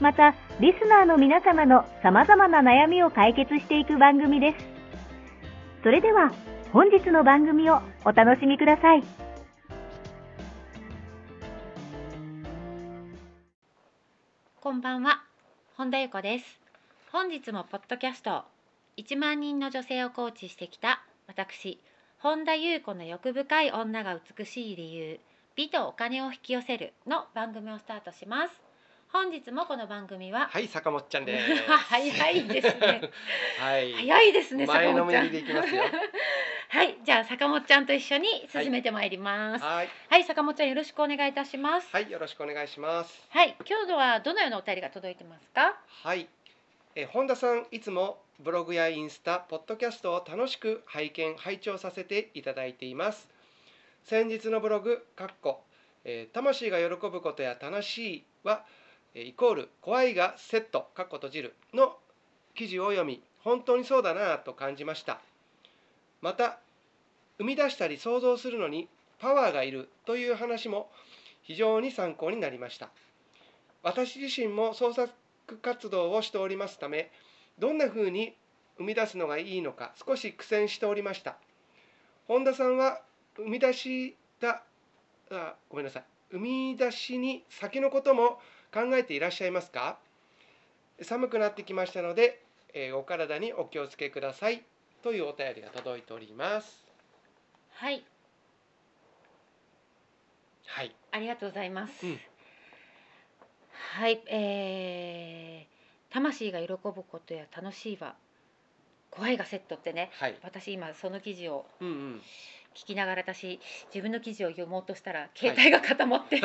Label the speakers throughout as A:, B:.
A: また、リスナーの皆様の様々な悩みを解決していく番組です。それでは、本日の番組をお楽しみください。
B: こんばんは、本田由子です。本日もポッドキャスト1万人の女性をコーチしてきた私、本田由子の欲深い女が美しい理由、美とお金を引き寄せるの番組をスタートします。本日もこの番組は、
C: はい、坂本ちゃんです。
B: 早いですね。
C: はい。
B: 早いですね、
C: 前の
B: 坂本ちゃ
C: め
B: ん
C: り。でいきますよ。
B: はい、じゃあ坂本ちゃんと一緒に進めてまいります。はい、
C: はい、
B: 坂本ちゃんよろしくお願いいたします。
C: はい、よろしくお願いします。
B: はい、今日のはどのようなお便りが届いてますか。
C: はい。え、本田さん、いつもブログやインスタ、ポッドキャストを楽しく拝見、拝聴させていただいています。先日のブログ、かっこ、えー魂が喜ぶことや楽しいは、えーイコール怖いがセット、かっこ閉じるの記事を読み、本当にそうだなぁと感じました。また、生み出したり想像するのにパワーがいるという話も非常に参考になりました。私自身も創作活動をしておりますためどんな風に生み出すのがいいのか少し苦戦しておりました本田さんは生み出したあごめんなさい生み出しに先のことも考えていらっしゃいますか寒くなってきましたので、えーお体にお気をつけくださいというお便りが届いております
B: はい、
C: はい
B: ありがとうございます。
C: うん
B: はい、えー、魂が喜ぶことや楽しいは怖いがセットってね。
C: はい
B: 私今その記事を
C: うんうん
B: 聞きながら私自分の記事を読もうとしたら携帯が固まって、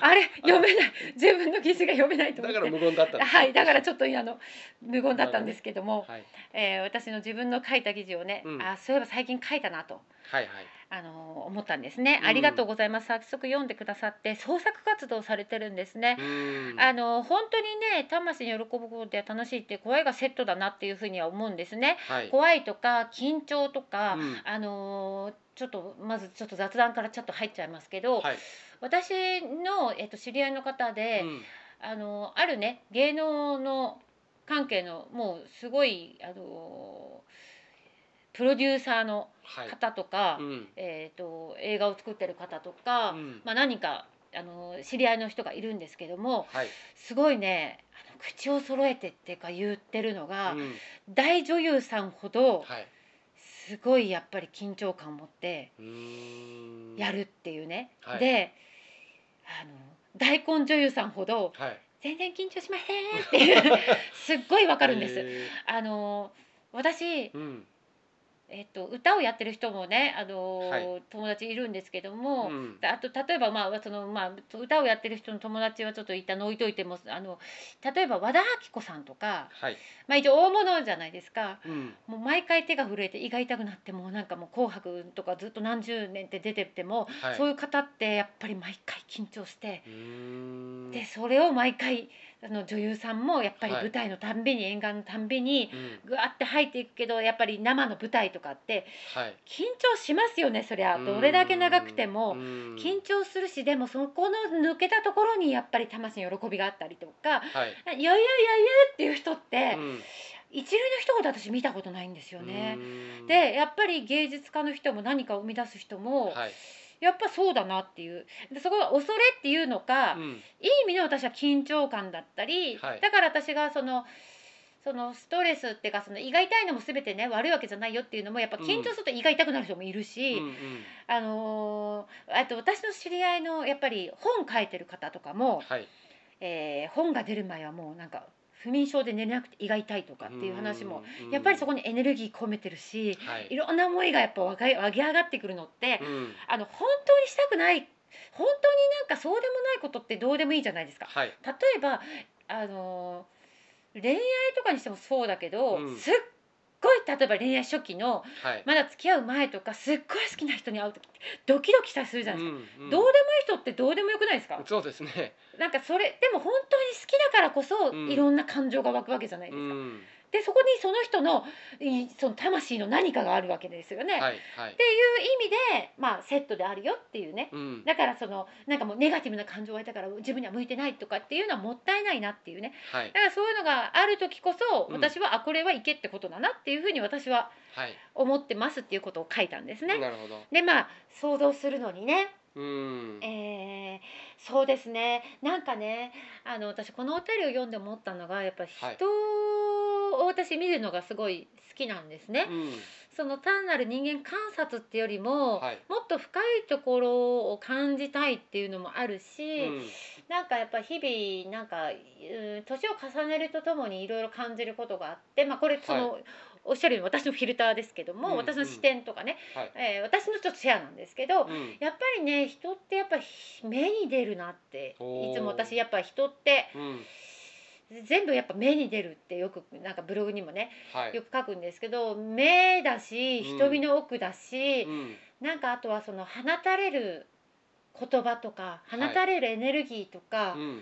B: あれ読 めない自分の記事が読めないと思
C: だ
B: っ
C: から無
B: て
C: 言だったんです
B: はいだからちょっとあの無言だったんですけども
C: はい
B: えー私の自分の書いた記事をね、
C: うん
B: あそういえば最近書いたなと
C: はい
B: あの思ったんですね、
C: うん
B: ありがとうございます早速読んでくださって創作活動をされてるんですね
C: はい、うん
B: あの本当にね魂に喜ぶことや楽しいって怖いがセットだなっていうふうには思うんですね
C: はい
B: 怖いとか緊張とか、
C: うん
B: あのーちょっとまずちょっと雑談からちょっと入っちゃいますけど、
C: はい
B: 私の、えっと、知り合いの方で、
C: うん
B: あのあるね芸能の関係のもうすごいあのプロデューサーの
C: はい
B: 方とか、
C: うん
B: えー、と映画を作ってる方とか、
C: うん
B: まあ、何人かあの知り合いの人がいるんですけども
C: はい
B: すごいねあの口を揃えてっていうか言ってるのが、
C: うん
B: 大女優さんほど
C: はい
B: すごいやっぱり緊張感を持って
C: うーん
B: やるっていうね。
C: はい
B: であの大根女優さんほど
C: はい
B: 全然緊張しませんっていう すっごいわかるんです。
C: へ
B: あの私
C: ーうん
B: えっと歌をやってる人もねあの、
C: はい
B: 友達いるんですけども、
C: うん
B: あと例えばまあそのまあ歌をやってる人の友達はちょっと一旦置いといてもあの例えば和田アキ子さんとか
C: はい
B: まあ一応大物じゃないですか。
C: うん
B: もう毎回手が震えて胃が痛くなってもうなんかもう「紅白」とかずっと何十年って出てても、
C: はい
B: そう
C: う
B: いう方ってやっぱり毎回緊張して
C: ーん
B: でそれを毎回あの女優さんもやっぱり
C: はい
B: 舞台のたんびに、演歌のたんびに
C: うん
B: ぐわって入っていくけどやっぱり生の舞台とかって
C: はい
B: 緊張しますよねそりゃどれだけ長くても緊
C: 緊
B: 張するしでもそこの抜けたところにやっぱり魂の喜びがあったりとか
C: はい
B: 「余裕余裕」っていう人って
C: うん
B: 一流の人ほど私見たことないんですよね。
C: うーん
B: でやっぱり芸術家の人も何かを生み出す人も
C: はい
B: やっぱそうだなっていうでそこが恐れっていうのか、
C: うん
B: いい意味で私は緊張感だったり、
C: はい
B: だから私がそのそのストレスっていうかその胃が痛いのも全てね悪いわけじゃないよっていうのもやっぱ緊張すると胃が痛くなる人もいる
C: う
B: し、
C: んうん
B: あのーあと私の知り合いのやっぱり本書いてる方とかも、
C: はい
B: えー本が出る前はもうなんか不眠症で寝れなくて胃が痛いとかっていう話も、やっぱりそこ
C: に、
B: にエネルギー込めてるし、
C: はい
B: いろんな思いがやっぱ湧か湧き上がってくるのって、
C: うん
B: あの本当にしたくない本当になんかそうでもないことってどうでもいいじゃないですか。
C: はい
B: 例えばあのー恋愛とかにしてもそうだけど、
C: うん
B: すっごい例えば恋愛初期の
C: はい、
B: まだ付き合う前とかすっごい好きな人に会う時ってドキドキしたりするじゃないですか、
C: うんうん
B: どうでもいい人ってどうでもよくないですか
C: そうですね、
B: なんかそれでも本当に好きだからこそ、
C: うん
B: いろんな感情が湧くわけじゃないで
C: う
B: すか、
C: ん、
B: でそこにその人のいその魂の何かがあるわけですよね、っ
C: はいはい
B: て、いう意味でまあセットであるよっていうね
C: うん、
B: だからそのなんかもうネガティブな感情がいたから自分には向いてないとかっていうのはもったいないなっていうね
C: はい
B: だからそういうのがある時こそ
C: うん
B: 私は、あこれはいけってことだなっていうふうに私は
C: はい、
B: 思ってますっていうことを書いたんですね。
C: なるほど、
B: でまあ想像するのにね、
C: うん、
B: えーそうですねなんかねあの私このお便りを読んで思ったのがやっぱり
C: はい
B: 人を私見るのがすごい好きなんですね。
C: うん、
B: その単なる人間観察ってよりも、
C: はい、
B: もっと深いところを感じたいっていうのもある
C: う
B: し、
C: ん、
B: なんかやっぱ日々なんかうん年を重ねるとともにいろいろ感じることがあって、まあ、これその、おっしゃるように私のフィルターですけども、
C: うんうん
B: 私の視点とかね、
C: はい
B: えー私のちょっとシェアなんですけど、
C: うん、
B: やっぱりね人ってやっぱひ目に出るなって
C: おー
B: いつも私やっぱ人って
C: うん、
B: 全部やっぱ目に出るってよくなんかブログにもね
C: はい、
B: よく書くんですけど目だし
C: うん
B: 瞳の奥だし、
C: うん、
B: なんかあとはその放たれる言葉とか放たれるエネルギーとか、
C: うん、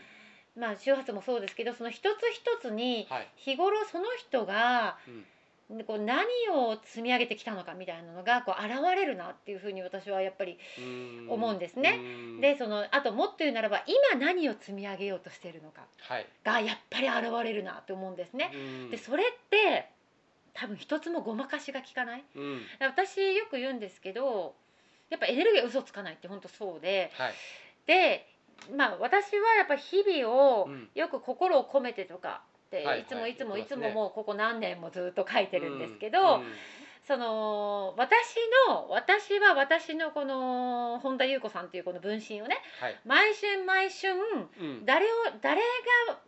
B: まあ周波数もそうですけどその一つ一つに
C: はい、
B: 日頃その人が
C: うん、
B: こう何を積み上げてきたのかみたいなのがこう現れるなっていうふうに私はやっぱり、
C: うん
B: 思うんですね。
C: うん
B: で、そのあともっと言うならば今何を積み上げようとしているのか
C: はい、
B: がやっぱり現れるなと思うんですね。
C: うん
B: でそれって多分一つもごまかしが効かない
C: うん、
B: 私よく言うんですけどやっぱエネルギーは嘘つかないって本当そうで
C: はい、
B: でまあ私はやっぱ日々を
C: ん、
B: よく心を込めてとかって
C: はい
B: いつも
C: はい
B: いつも
C: 言
B: い
C: って
B: つ
C: ます
B: も
C: ね
B: もうここ何年もずっと書いてるんですけど、
C: うん
B: その私の私は私のこの本田裕子さんっていうこの分身をね
C: はい、
B: 毎春毎春
C: うん、
B: 誰を誰が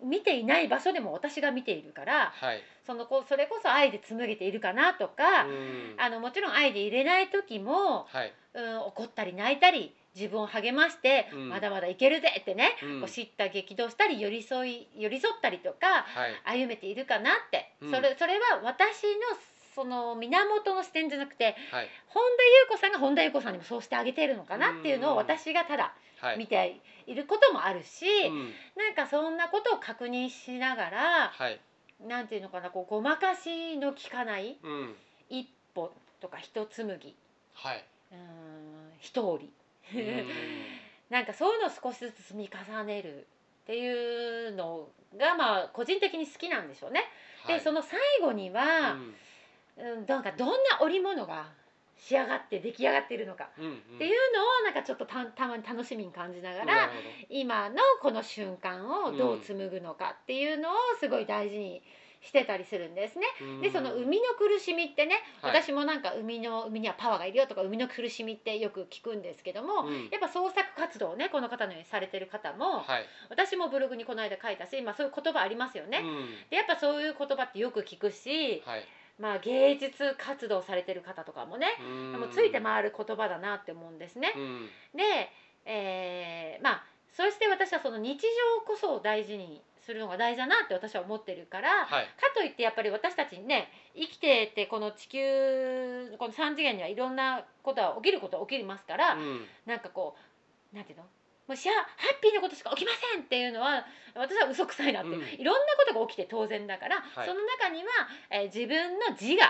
B: 見ていない場所でも私が見ているから
C: はい、
B: そのこうそれこそ愛で紡げているかなとか、
C: うん
B: あのもちろん愛で入れない時も、
C: はい、
B: うん、怒ったり泣いたり自分を励まして、
C: うん
B: まだまだいけるぜってね、
C: うん
B: こう叱咤激動したり寄り添い寄り添ったりとか
C: はい、
B: 歩めているかなって、
C: うん
B: それそれは私のその源の視点じゃなくて
C: はい、
B: 本田裕子さんが本田裕子さんにもそうしてあげているのかなっていうの
C: う
B: を
C: ん
B: 私がただ
C: はい、
B: 見ていることもあるし、
C: うん、
B: なんかそんなことを確認しながら
C: はい、
B: なんていうのかなこうごまかしの効かない
C: うん、
B: 一歩とか一紡ぎ
C: はい、
B: うーん一折
C: う
B: り、
C: ん
B: なんかそういうのを少しずつ積み重ねるっていうのがまあ個人的に好きなんでしょうね。
C: はい
B: でその最後には、うん、なんかどんな織物が仕上がって出来上がっているのか
C: うん、うん、
B: っていうのをなんかちょっとたたまに楽しみに感じながら、
C: なるほど
B: 今のこの瞬間をどう紡ぐのかっていうのをすごい大事にしてたりするんですね。でその生みの苦しみってね、
C: はい
B: 私もなんか生みの生みにはパワーがいるよとか生みの苦しみってよく聞くんですけども、
C: うん
B: やっぱ創作活動をねこの方のようにされてる方も、
C: はい
B: 私もブログにこの間書いたし、まあ、そういう言葉ありますよね。
C: うん
B: でやっぱそういう言葉ってよく聞くし、
C: はい
B: まあ、芸術活動されてる方とかもね、
C: うん
B: もうついて回る言葉だなって思うんですね。
C: うん
B: で、えーまあそして私はその日常こそを大事にするのが大事だなって私は思ってるから、
C: はい
B: かといってやっぱり私たちにね生きててこの地球この3次元にはいろんなことは起きることは起きますから、
C: うん
B: なんかこうなんていうのもうしゃハッピーなことしか起きませんっていうのは私は嘘くさいなって、
C: うん
B: いろんなことが起きて当然だから、
C: はい
B: その中には、えー自分の自我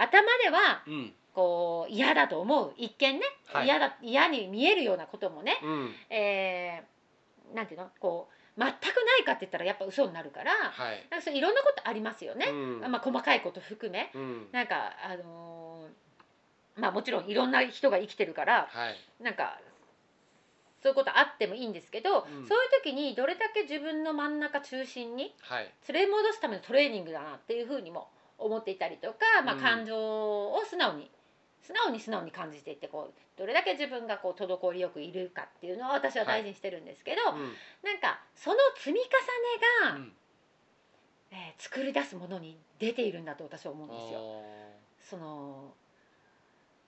B: 頭では
C: うん
B: こう嫌だと思う一見ね、
C: はい
B: 嫌だ嫌に見えるようなこともね、
C: うん
B: えーなんていうのこう全くないかって言ったらやっぱ嘘になるから、
C: はい
B: なんかそういろんなことありますよね
C: う、ん
B: まあ、細かいこと含め
C: うん
B: なんかあのーまあもちろんいろんな人が生きてるから
C: はい
B: なんかそういうことあってもいいんですけど、
C: うん
B: そういう時にどれだけ自分の真ん中中心に
C: はい
B: 連れ戻すためのトレーニングだなっていうふうにも思っていたりとか、まあ、
C: うん
B: 感情を素直に素直に素直に感じていってこうどれだけ自分がこう滞りよくいるかっていうのを私は大事にしてるんですけど、
C: う
B: なんかその積み重ねが、
C: ん
B: えー作り出すものに出ているんだと私は思うんですよ。
C: う
B: その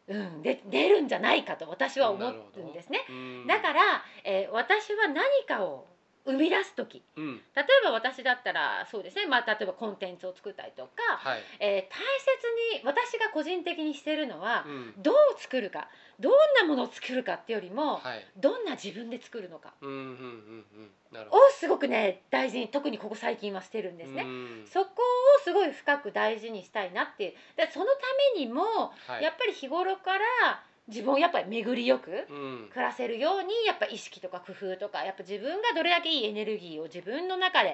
B: うん、で出るんじゃないかと私は思うんですね。
C: ん
B: だから、えー私は何かを生み出す時
C: うん
B: 例えば私だったらそうですね、まあ、例えばコンテンツを作ったりとか、
C: はい
B: えー大切に私が個人的にしてるのは
C: う、ん
B: どう作るかどんなものを作るかってよりも、
C: はい
B: どんな自分で作るのか
C: うんうんうんうんな
B: を
C: るほど
B: すごくね大事に特にここ最近はしてるんですね。
C: うん
B: そこをすごい深く大事にしたいなっていうでそのためにも、
C: はい
B: やっぱり日頃から自分をやっぱり巡りよく
C: うん
B: 暮らせるようにやっぱ意識とか工夫とかやっぱ自分がどれだけいいエネルギーを自分の中で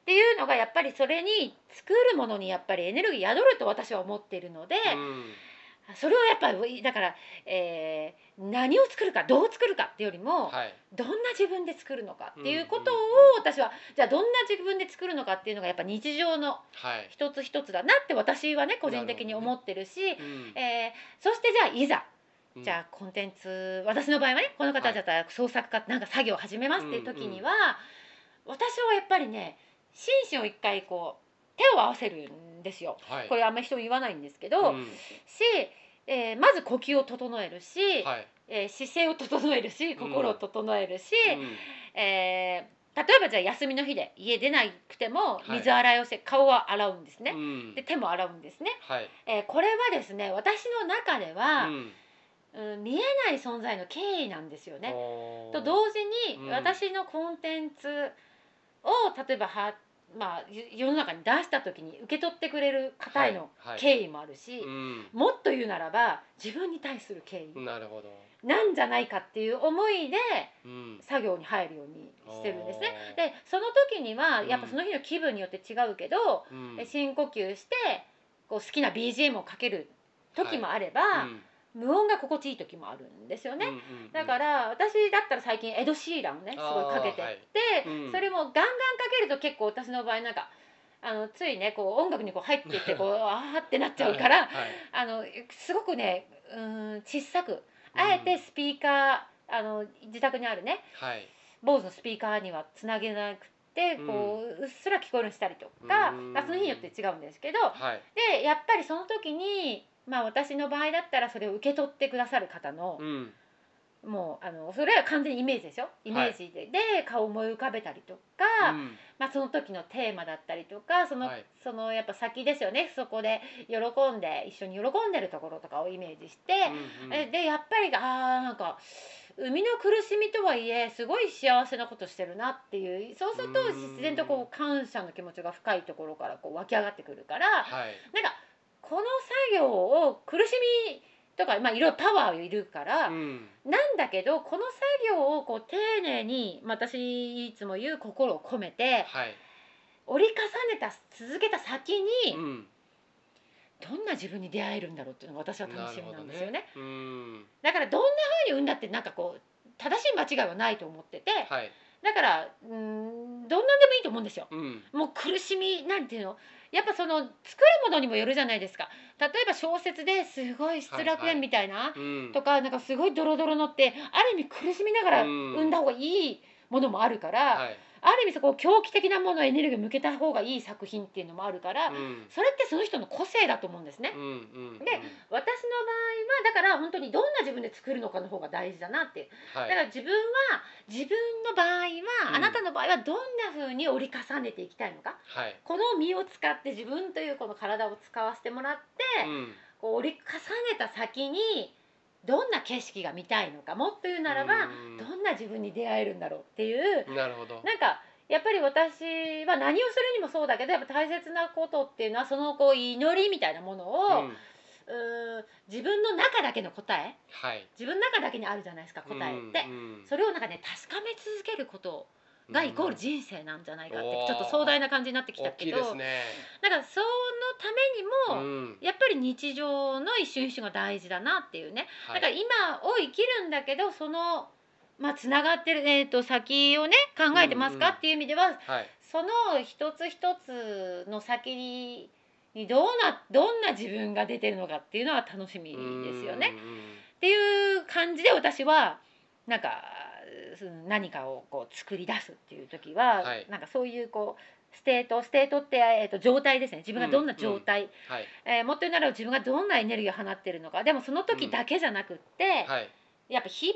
B: っていうのがやっぱりそれに作るものにやっぱりエネルギー宿ると私は思ってるので、
C: うん
B: それをやっぱりだから、えー何を作るかどう作るかっていうよりも、
C: はい
B: どんな自分で作るのかっていうことを私はじゃあどんな自分で作るのかっていうのがやっぱ日常の
C: はい
B: 一つ一つだなって私はね個人的に思ってるし
C: うん
B: えーそしてじゃあいざ
C: うん
B: じゃあコンテンツ私の場合はねこの方
C: はい
B: だったら創作家なんか作業を始めますっていう時には、私はやっぱりね心身を一回こう手を合わせるんですよ。
C: はい
B: これあんまり人言わないんですけど、
C: うん
B: し、えーまず呼吸を整えるし、
C: はい
B: えー姿勢を整えるし
C: ん
B: 心を整えるし、
C: うん
B: えー例えばじゃあ休みの日で家出なくても
C: はい
B: 水洗いをして顔は洗うんですね、
C: うん
B: で手も洗うんですね、
C: はい
B: えーこれはですね私の中では、
C: うん
B: うん、見えない存在の敬意なんですよね。
C: おー
B: と同時
C: うん
B: に私のコンテンツを例えばは、まあ、ゆ世の中に出した時に受け取ってくれる方への
C: はいはい
B: 敬意もあるし、
C: うん
B: もっと言うならば自分に対する敬意
C: なるほど
B: なんじゃないかっていう思いで
C: うん
B: 作業に入るようにしてるんですね。
C: おー
B: でその時にはやっぱその日の気分によって違うけど、
C: うん
B: え深呼吸してこう好きな BGM をかける時もあれば、
C: うん
B: 無音が心地いい時もあるんですよね。
C: うんうんうん
B: だから私だったら最近エド・シーランをねすごいかけてって、
C: あーはいうん
B: それもガンガンかけると結構私の場合なんかあのついねこう音楽にこう入っていってこうあーってなっちゃうから、
C: はいはい
B: あのすごくねうーん小さくあえてスピーカー、あの自宅にあるね
C: はい
B: 坊主のスピーカーにはつなげなくてこう,、うっすら聞こえるようにしたりとか、
C: うん
B: まあその日によって違うんですけど
C: はい
B: でやっぱりその時に、まあ、私の場合だったらそれを受け取ってくださる方の、
C: うん
B: もうあのそれは完全にイメージでしょイメージで,、で顔を思い浮かべたりとか、
C: うん
B: まあ、その時のテーマだったりとかその,、
C: はい
B: そのやっぱ先ですよねそこで喜んで一緒に喜んでるところとかをイメージして、
C: うんうん
B: えでやっぱりあーなんか生みの苦しみとはいえすごい幸せなことしてるなっていうそうすると
C: うん
B: 自然とこう感謝の気持ちが深いところからこう湧き上がってくるから、
C: はい
B: なんかこの作業を苦しみとか、まあ、いろいろパワーいるから。
C: うん
B: なんだけどこの作業をこう丁寧にまあ私いつも言う心を込めて
C: はい
B: 折り重ねた続けた先に
C: うん
B: どんな自分に出会えるんだろうっていうのが私は楽しみなんですよね
C: なるほどうん
B: だからどんな風に産んだってなんかこう正しい間違いはないと思ってて
C: はい
B: だからうーんどんなんでもいいと思うんですよ
C: うん
B: もう苦しみなんていうのやっぱその作るものにもよるじゃないですか例えば小説ですごい失楽園みたいな、
C: うん
B: とかなんかすごいドロドロのってある意味苦しみながら
C: うん
B: 産んだ方がいいものもあるから、
C: はい
B: ある意味そこを狂気的なものエネルギーを向けた方がいい作品っていうのもあるから、
C: うん
B: それってその人の個性だと思うんですね。
C: うんうんう
B: で
C: ん
B: 私の場合はだから本当にどんな自分で作るのかの方が大事だなって
C: は
B: だか
C: い
B: ら自分は自分の場合は、
C: うん
B: あなたの場合はどんな風に折り重ねていきたいのか
C: はい
B: この身を使って自分というこの体を使わせてもらって、
C: うん
B: こう折り重ねた先にどんな景色が見たいのかもっと言うならば、
C: うん
B: どんな自分に出会えるんだろうっていう
C: なるほど
B: なんかやっぱり私は何をするにもそうだけどやっぱ大切なことっていうのはそのこう祈りみたいなものを、う
C: うん
B: ーん自分の中だけの答え
C: はい
B: 自分の中だけにあるじゃないですか答えって、
C: うん
B: それをなんかね確かめ続けることがイコール人生なんじゃないかって、
C: うん
B: ちょっと壮大な感じになってきた
C: 大
B: け
C: きい
B: ど
C: ですね
B: なんかそのためにも、
C: ん
B: やっぱり日常の一瞬一瞬が大事だなっていうね
C: は
B: だから
C: い、
B: 今を生きるんだけどそのまあつながってる、えー、と先をね考えてますか
C: うんうん
B: っていう意味では、
C: はい、
B: その一つ一つの先にどうなどんな自分が出てるのかっていうのは楽しみですよね。
C: うんうんうん
B: っていう感じで私はなんかその何かをこう作り出すっていう時は、
C: はい
B: なんかそういうこうステートステートって、えー、と状態ですね自分がどんな状態、
C: はい、
B: えーもっと言うなら自分がどんなエネルギーを放ってるのかでもその時だけじゃなくって、
C: はい、
B: やっぱ日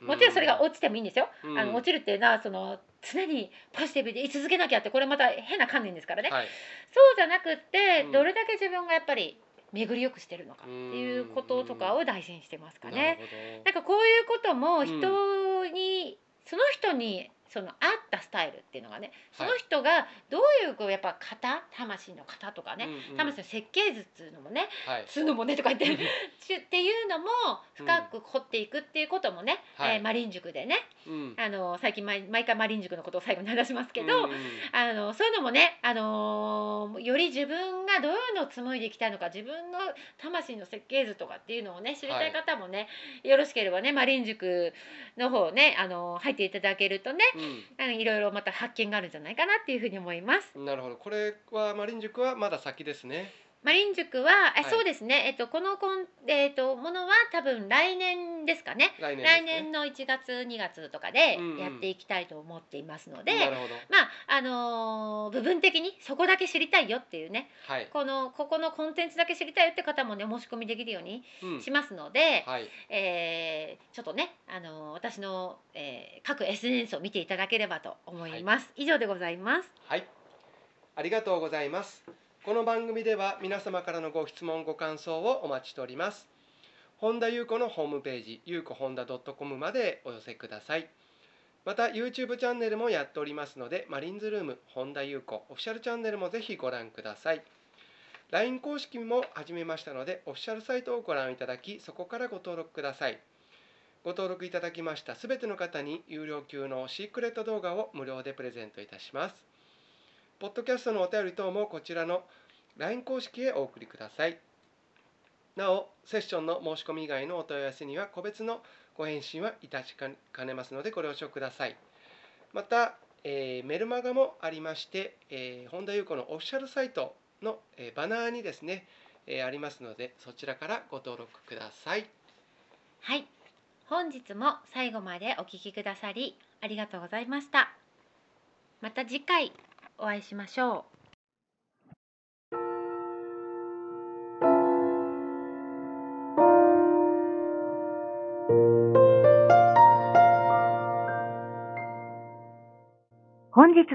B: 々もちろんそれが
C: 落
B: 落ちてもいいんですよ、あの落
C: ち
B: ちるっていうのはその常にポジティブで居続けなきゃってこれまた変な観念ですからね、
C: はい、
B: そうじゃなくって、
C: うん
B: どれだけ自分がやっぱり巡りよくしてるのかっていうこととかを大事にしてますかね。な
C: なる
B: んかこういうこと
C: う
B: も
C: ん
B: 人に、その人にその合ったスタイルっていうのがねそ
C: はい
B: の人がどういうこうやっぱ型魂の型とか
C: ほど
B: ね、
C: うんうん
B: 魂の設計図っていうのもね
C: はい、
B: つうのもねとか言って
C: うん
B: ちゅっていうのも深く掘っていくっていうこともね、
C: はい
B: えーマリン塾でね
C: うん
B: あの最近毎毎回マリン塾のことを最後に話し ますけど、
C: うんうん
B: あのそういうのもね、あのーより自分がどういうのを紡いでいきたいのか自分の魂の設計図とかっていうのをね知りたい方もね、よろしければねマリン塾の方ね、あのー入っていただけるとねあのいろいろまた発見があるんじゃないかなっていうふうに思います。
C: うんなるほど、これはマリン塾はまだ先ですね。
B: マリン塾は、え
C: はい
B: そうですね、えっと、このコン、えっと、ものは多分来年ですかね
C: 来年で
B: 来
C: すね。
B: 年の1月2月とかで
C: うんうん
B: やっていきたいと思っていますので、
C: なるほど、
B: まああのー部分的にそこだけ知りたいよっていうね
C: はい、
B: このここのコンテンツだけ知りたいよって方もねお申し込みできるように
C: うん
B: しますので、
C: はい、
B: えーちょっとね、あのー私の、えー各 SNS を見ていただければと思います。以上でございます。
C: はい、ありがとうございます。この番組では皆様からのご質問ご感想をお待ちしております。本田裕子のホームページ、ゆうこ本田ドットコムまでお寄せください。また YouTube チャンネルもやっておりますので、マリンズルーム本田裕子オフィシャルチャンネルもぜひご覧ください。LINE 公式も始めましたので、オフィシャルサイトをご覧いただき、そこからご登録ください。ご登録いただきましたすべての方に有料級のシークレット動画を無料でプレゼントいたします。ポッドキャストのお便り等もこちらの LINE 公式へお送りください。なお、セッションの申し込み以外のお問い合わせには個別のご返信はいたしかねますのでご了承ください。また、えーメルマガもありまして、えー本田裕子のオフィシャルサイトの、えーバナーにですね、えーありますのでそちらからご登録ください。
B: はい、本日も最後までお聞きくださりありがとうございました。また次回お会いしましょう。
A: 本日